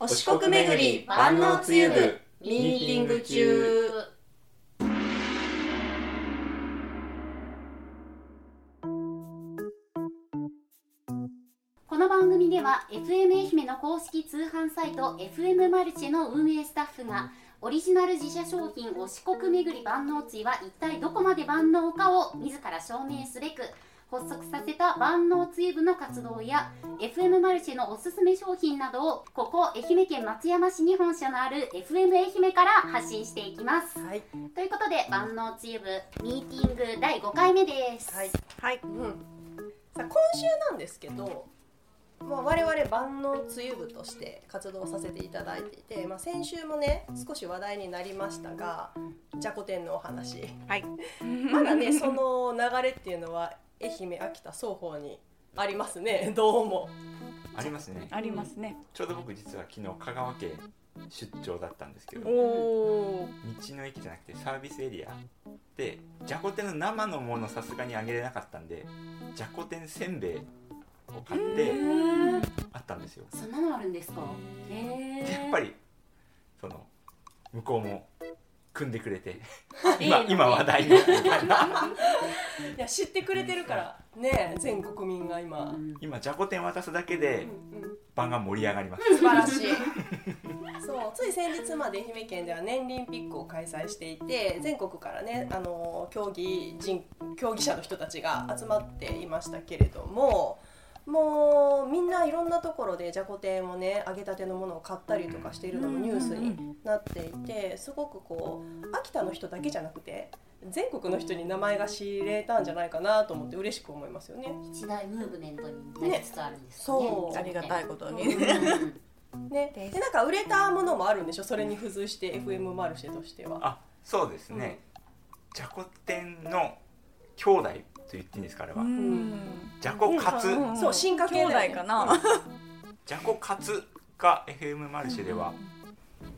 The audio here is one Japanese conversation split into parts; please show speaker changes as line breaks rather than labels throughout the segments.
お四国巡り万能つゆ部ミーティング中
この番組では FM 愛媛の公式通販サイト FM マルチェの運営スタッフがオリジナル自社商品お四国巡り万能つゆは一体どこまで万能かを自ら証明すべく発足させた万能つゆ部の活動や FM マルシェのおすすめ商品などをここ愛媛県松山市に本社のある FM 愛媛から発信していきます。
はい
ということで万能つゆ部ミーティング第5回目です。
はい、はいさあ今週なんですけど、まあ、我々万能つゆ部として活動させていただいていて、まあ、先週もね少し話題になりましたがじゃこ天のお話、
はい
まだねその流れっていうのは愛媛秋田双方にあります ねどうも。
ありますね
ありますね。
ちょうど僕実は昨日香川県出張だったんですけど
お
道
お。
の駅じゃなくてサービスエリアでじゃこ天の生のものさすがにあげれなかったんでじゃこ天せんべいを買ってあったんですよ
そんなのあるんですか。へ
で
え。
やっぱ
り
りその向こうも組んでくれて今今話題の
いや知ってくれてるからね全国民が今、
今じゃこ天渡すだけで
うんうん
場が盛り上がります
素晴らしいそうつい先日まで愛媛県では年輪ピックを開催していて全国からねあの競技人競技者の人たちが集まっていましたけれどももうみんないろんなところでじゃこ天をね揚げたてのものを買ったりとかしているのもニュースになっていてすごくこう秋田の人だけじゃなくて全国の人に名前が知れたんじゃないかなと思って嬉しく思いますよね。
一大ムーブメントになりつつあるんです
ねそう
ありがたいこと
うん
に。
うん
ね、
で
ですなんか売れたものもあるんでしょそれに付随して FM マルシェとしては。
あそうですね、じゃこ天の兄弟と言っていいんですかあれは、じゃこカツ、
うん
そう進化系
兄
だよね
弟かな。
じゃこカツが FM マルシェでは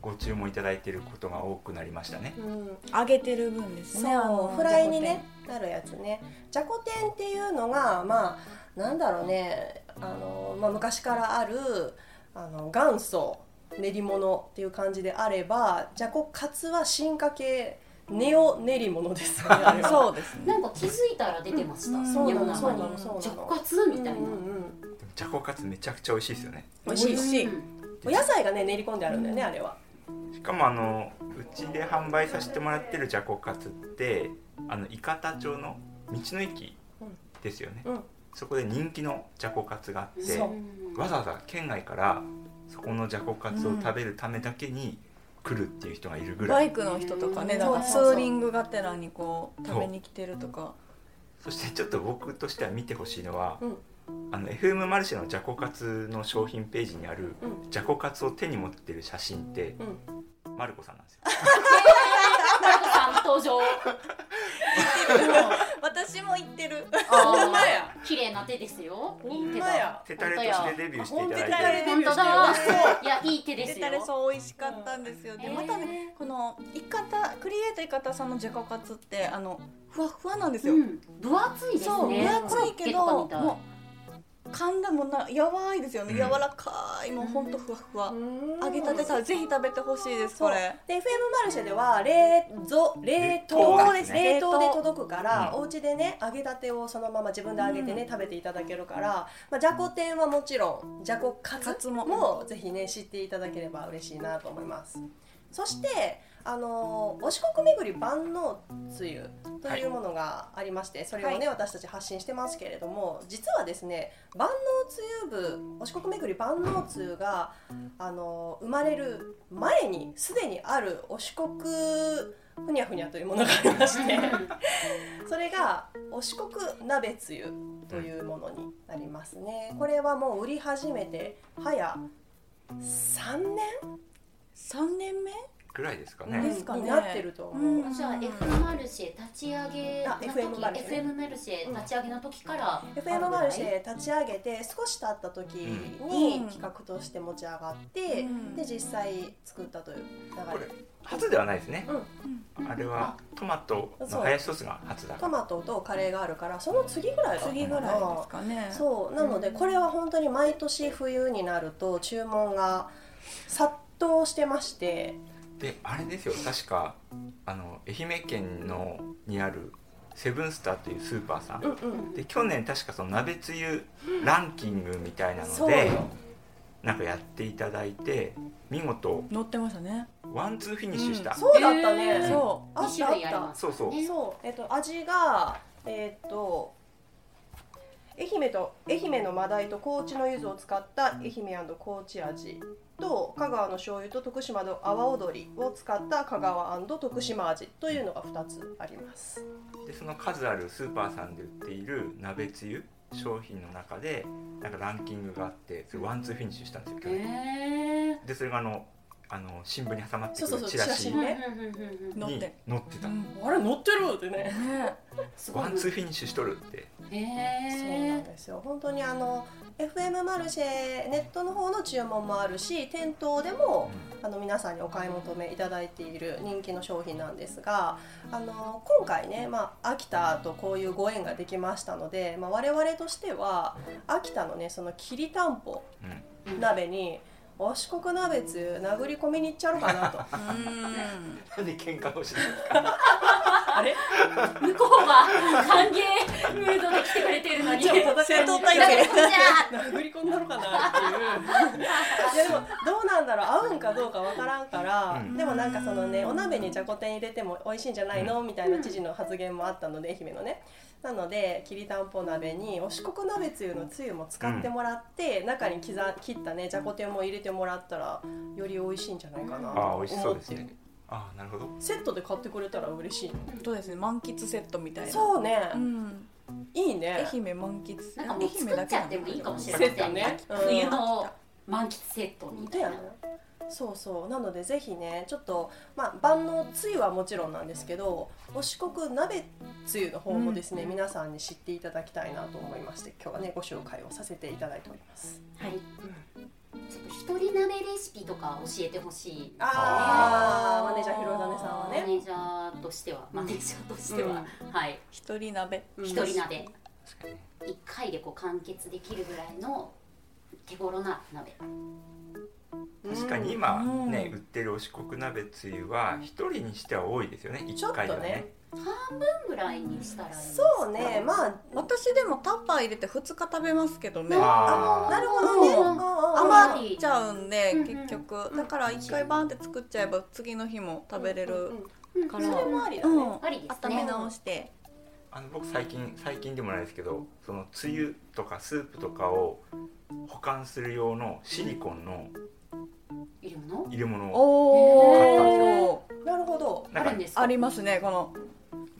ご注文いただいていることが多くなりましたね。
うん、
揚げてる分ですね。あ
そ
の
うフライにね。なるやつねじゃこ天っていうのがまあなんだろうねあの、まあ、昔からあるあの元祖練り物っていう感じであればじゃこカツは進化系ネオ練り物ですよねあれは
そうですね。
なんか気づいたら出てました。
うん
そう
世
な
の
のそうなの
中
そうなの
に。ジャコカツみたいな。
うんうんうん
じゃこカツめちゃくちゃ美味しいですよね。
美味しい
しい
うん
お野菜がね練り込んであるんだよねあれは
しかもあのうちで販売させてもらってるじゃこカツってあの伊方町の道の駅ですよね。
うん
そこで人気のじゃこカツがあって
そう
わざわざ県外からそこのじゃこカツを食べるためだけに来るっていう人がいるぐらい
バイクの人とかね、なんかツーリングがてらにこう食べに来てるとか。
そしてちょっと僕としては見てほしいのは、
うん
あの FM マルシェのじゃこカツの商品ページにある
うん
じゃこカツを手に持ってる写真って
うん
マルコさんなんですよ。
マルコさん登場。
私も行ってる。
ほんまや
綺麗な手ですよ。
ほんまや
手タレとしてデビューしてい
あほ
た
んとだ
だいて
本当だ。いやいい手です
出
よ
た。れそう美味しかったんですよ。で
うん
またねこのイカタクリエイターイカタさんのジャコカツってあのふわっふわなんですよ
う。ん。分厚いです
そう、
ね。
分厚いけど、
コロッケとかみたい
もう噛んだもんなやばいですよね、
うん
柔らかいもうほんとふわふわ、
うん
揚げたてさぜひ食べてほしいです
そう
これ
で FM マルシェでは冷蔵冷凍
凍
で
ですす
冷
ね
凍で届くから、
う
お
ん
家でね揚げたてをそのまま自分で揚げてね、
うん
食べていただけるから、まあ、じゃこ天はもちろんじゃこカ
カ
ツ
ツ
も
も
ぜひね知っていただければ嬉しいなと思いますそしてあのーお四国巡り万能つゆというものがありまして、それをね、私たち発信してますけれども実はですね万能つゆ部お四国巡り万能つゆがあの生まれる前にすでにあるお四国ふにゃふにゃというものがありま してそれがお四国鍋つゆというものになりますねこれはもう売り始めて早3
3年目
ぐらいですか
年
ね。
ですかね
になってると思う、
うん
じゃあ FM マルシェ立ち上げの時
あ FM マルシェ
FM マルシェ立ち上げの時から、
FM マルシェ立ち上げて少し経った時に
うん
企画として持ち上がって、
うん
で実際作ったという
こ
流れ
れ初ではないですね。
うん
あれはトマトのハヤシソースが初だか
ト
ら。
マトとカレーがあるからその次ぐらいだったかな
次ぐらいですかね
そうなので
うん
これは本当に毎年冬になると注文が殺到してまして
であれですよ確かあの愛媛県のにあるセブンスターというスーパーさん
うんうん
で去年確かその鍋つゆランキングみたいなの
そう
で
よ
なんかやっていただいて見事
乗ってましたね
ワンツーフィニッシュした、
そうだったね、
ー
そ
あ
2
った
種類あり
あ
ま
っ
す
そうそう
たそうえっと味がえっと愛媛と愛媛のマダイと高知の柚子を使った愛媛高知味と香川の醤油と徳島の阿波踊りを使った香川徳島味というのが2つあります
でその数あるスーパーさんで売っている鍋つゆ商品の中でなんかランキングがあってそれワンツーフィニッシュしたんですよ去
へ
年、
え
でそれがあのあの新聞に挟まってく
そうそ
る
う
チラ
そう
シ
チ
に
ラシ
う乗って
載ってた、
うん
あれ乗ってるってね
ね
すごい
ワンツーフィニッシュしとるって
へ
そうなん
え
ですよ本当にあの FM マルシェネットの方の注文もあるし店頭でもあの皆さんにお買い求めいただいている人気の商品なんですがあの今回ね、まあ、秋田とこういうご縁ができましたので、まあ、我々としては秋田のねそのきりたんぽ
うん、うん
鍋にお四国鍋つゆ殴り込みに行っちゃおうかなと
うん
なんで喧嘩をしてるんですか
あれ
向こうは歓迎ムードで来てくれてるの に
ちょっと戦
戦
闘
闘
態
態
勢
勢殴り込んだのかなっていういやでもどうなんだろう合うんかどうかわからんから、
うん
でもなんかそのねお鍋にじゃこ天入れても美味しいんじゃないのみたいな知事の発言もあったので愛媛のねなのできりたんぽ鍋にお四国鍋つゆのつゆも使ってもらって、中に刻ん切ったねじゃこ天も入れてもらったらより美味しいんじゃないかなと
ああ
思
美
っ
味しそうです
てる
ねああなるほど
セットで買ってくれたら嬉しいね
そうですね満喫セットみたいな
そうね、
うん
いいね
愛媛満喫
なんかもう作っちゃってもいいかもしれ
セ
ま
ット
せん
ね
ね冬の満喫セットみたいな
そうそうなのでぜひねちょっと、まあ、万能つゆはもちろんなんですけどお四国鍋つゆの方もですね、
うん
皆さんに知っていただきたいなと思いまして今日はねご紹介をさせていただいております。
はいちょっと一人鍋レシピとか教えてほしい
あーマネージャー広種さんは
マ
ね
ネージャーとしてはマネージャーとしては、はい
一人鍋
うん
一人鍋
確かに
一回でこう完結できるぐらいの手頃な鍋
確かに今
うん
ね、売ってるお四国鍋つゆは一人にしては多いですよね
ちょっ
1
と
回は
ね
ね
ぐらいにしたらいいですか
そうねまあ
私でもタッパー入れて2日食べますけどね
あ
あなるほどね
うん
うんうんうん
ま
余っちゃうんで
うん
結局
ん
だから1回バーンって作っちゃえば次の日も食べれ
うんう
る
ん
うん
から
それもありだ
う
ね、
ん温
ありです
め
ね
直して
あの僕最近最近でもないですけどそのつゆとかスープとかを保管する用のシリコンの
いるもの
入れ物を
おお
なるほど
な
あ
んか
るんですか
ありますねこの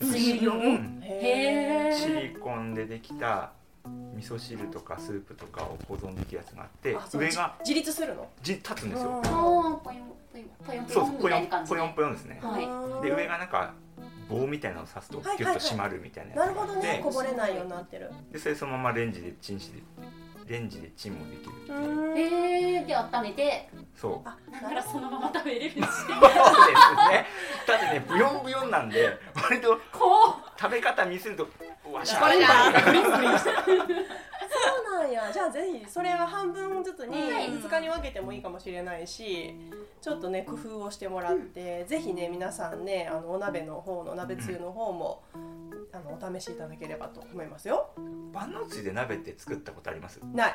つゆ用
うん
へ
へ
え
シリコンでできた味噌汁とかスープとかを保存できるやつがあって上が
自立するの
じ立つんですよ
あーポヨンポヨンポヨンポ
そ
ヨ
う
ンみた
ぽよ
いな
ん
感じ
ぽ
で
よんぽよんですね
はい
で上がなんか棒みたいなのを刺すとギュッと締まるみたいな
な
や
る
つがあ
ほ
って、
どねこぼれないようになってる
でそれそのままレンジでチンしてレンジでチンもできるっていう
えー、で温めて
そう
あ
だ
な
か
る
ら
ほ
そ
ど
のまま食べれるし
そうですねだってねブヨンブヨンなんで割と
こ
食べ方見せるとうわし
これだ
ゃー
そうなんやじゃあぜひそれは半分ずつに
はい
2日に分けてもいいかもしれないしちょっとね工夫をしてもらって、ぜひね皆さんねあのお鍋の方の鍋つゆの方も、あのお試しいただければと思いますよ
万能つゆで鍋って作ったことあります
ない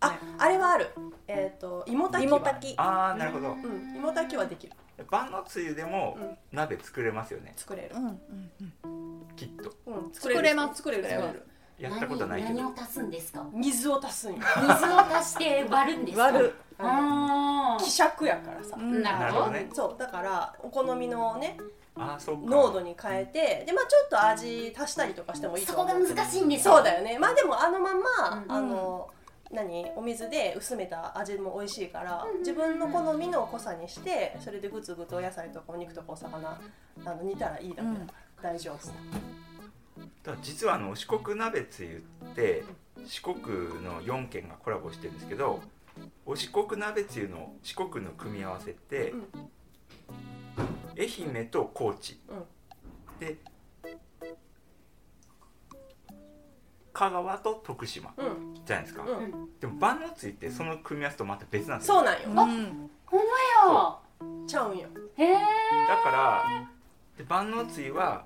あ、
ね
あれはあるえっ、と芋炊きは
芋炊き
ああ
う
なるほど
うん、芋炊きはできる、
万能つゆでも
うん、
鍋作れますよね
作れる
う、んうんうん
きっと
うん、
作れます
作れる作れる
やったことないけ
何
ど
何を足すんですか
水を足すんよ
水を足して割るんですか
割る
あ
希
ー
釈やからさ、
うん
な
な
る
る
ほ
ほ
ど
どね
そうだからお好みのね
ああそうか
濃度に変えてでまあちょっと味足したりとかしてもいい
そ
と思
こが
う
難しいんですよ
そうだよねまあでもあのまんま、
うん
あの何お水で薄めた味も美味しいから、
うん
自分の好みの濃さにしてそれでグツグツお野菜とかお肉とかお魚あの煮たらいいだけだから、大丈夫
だから実はあの四国鍋つゆって四国の4県がコラボしてるんですけどお四国鍋つゆの四国の組み合わせって、
うん
愛媛と高知、
うん
で香川と徳島
うん
じゃないですか、
うん
でも万能ついってその組み合わせとまた別なんですよ
そうなんよ
うん
よ
ちゃうんよ
へえ
だからで万能ついは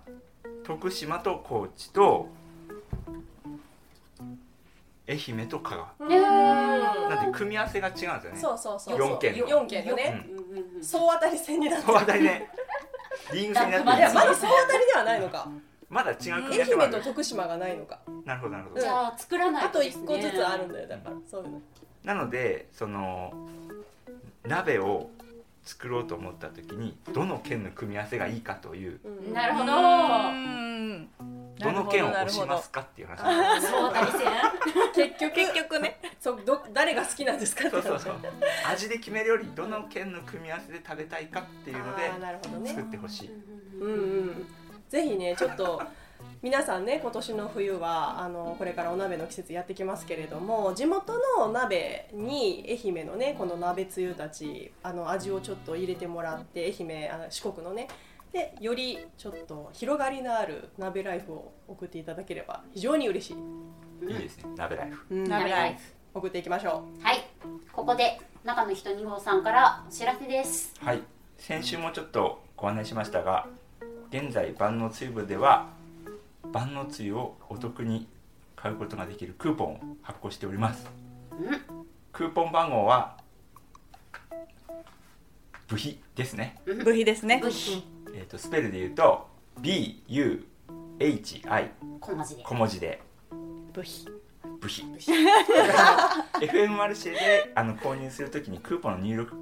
徳島と高知と愛媛と香川
うん
へー
なんで組み合わせが違うんですよね
そうそうそう
四軒の
4軒の
う
ね
ん
うんうんうん
総当たり戦になって
そう話題ねリング戦になってるん
い
で
や
す
まだ総当たりではないのか
まだ違う組み
愛
合わせもあ
媛と
る
徳島がないのか
なるほどなるほ
じ
ど、
ゃあ作らない
あと
です
1
ね
個ずつあるんだよだからそういうの
なのでその鍋を作ろうと思った時にどの県の組み合わせがいいかという
うん
なるほど
うん
どの県を押しますかっていう話なんで
総当たり戦
結局
結局ね
そうど誰が好きなんですかっ
す
て
よ
話
そうそうそう味で決めるよりどの県の組み合わせで食べたいかっていうので
あーなるほど
作っ
ね
てほしい、
うんうんぜひねちょっと皆さんね今年の冬はあのこれからお鍋の季節やってきますけれども地元の鍋に愛媛のねこの鍋つゆたちあの味をちょっと入れてもらって愛媛あ四国のねでよりちょっと広がりのある鍋ライフを送っていただければ非常に嬉しい、
いいですね鍋ライフ
うん
鍋ライ
送っていきましょ
はいここで中の人2号さんからお知らせです
はい先週もちょっとご案内しましたが現在万能つゆ部では万能つゆをお得に買うことができるクーポンを発行しております
うん
クーポン番号は部費ですね、
部費ですね
部費
えー、とスペルで言うと BUHI
小文字で
小文字で
う部費
部費 FM マルシェであの購入するときにクーポンを入力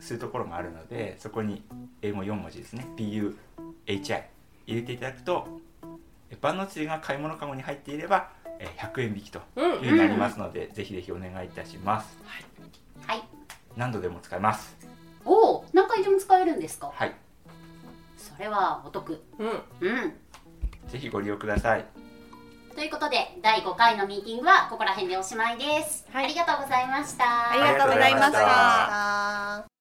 するところがあるのでそこに英語4文字ですね BUHI 入れていただくと万能つゆが買い物かごに入っていればえー100円引きと
うん
いうふうになりますので、ぜひぜひお願いいたします
はい
何度でも使えます
おお何回でも使えるんですか
はい
それはお得
うん
うん
ぜひご利用ください
ということで第5回のミーティングはここら辺でおしまいです、
はい
ありがとうございました
ありがとうござ
あり
いま
がとうございま
し
したた
あー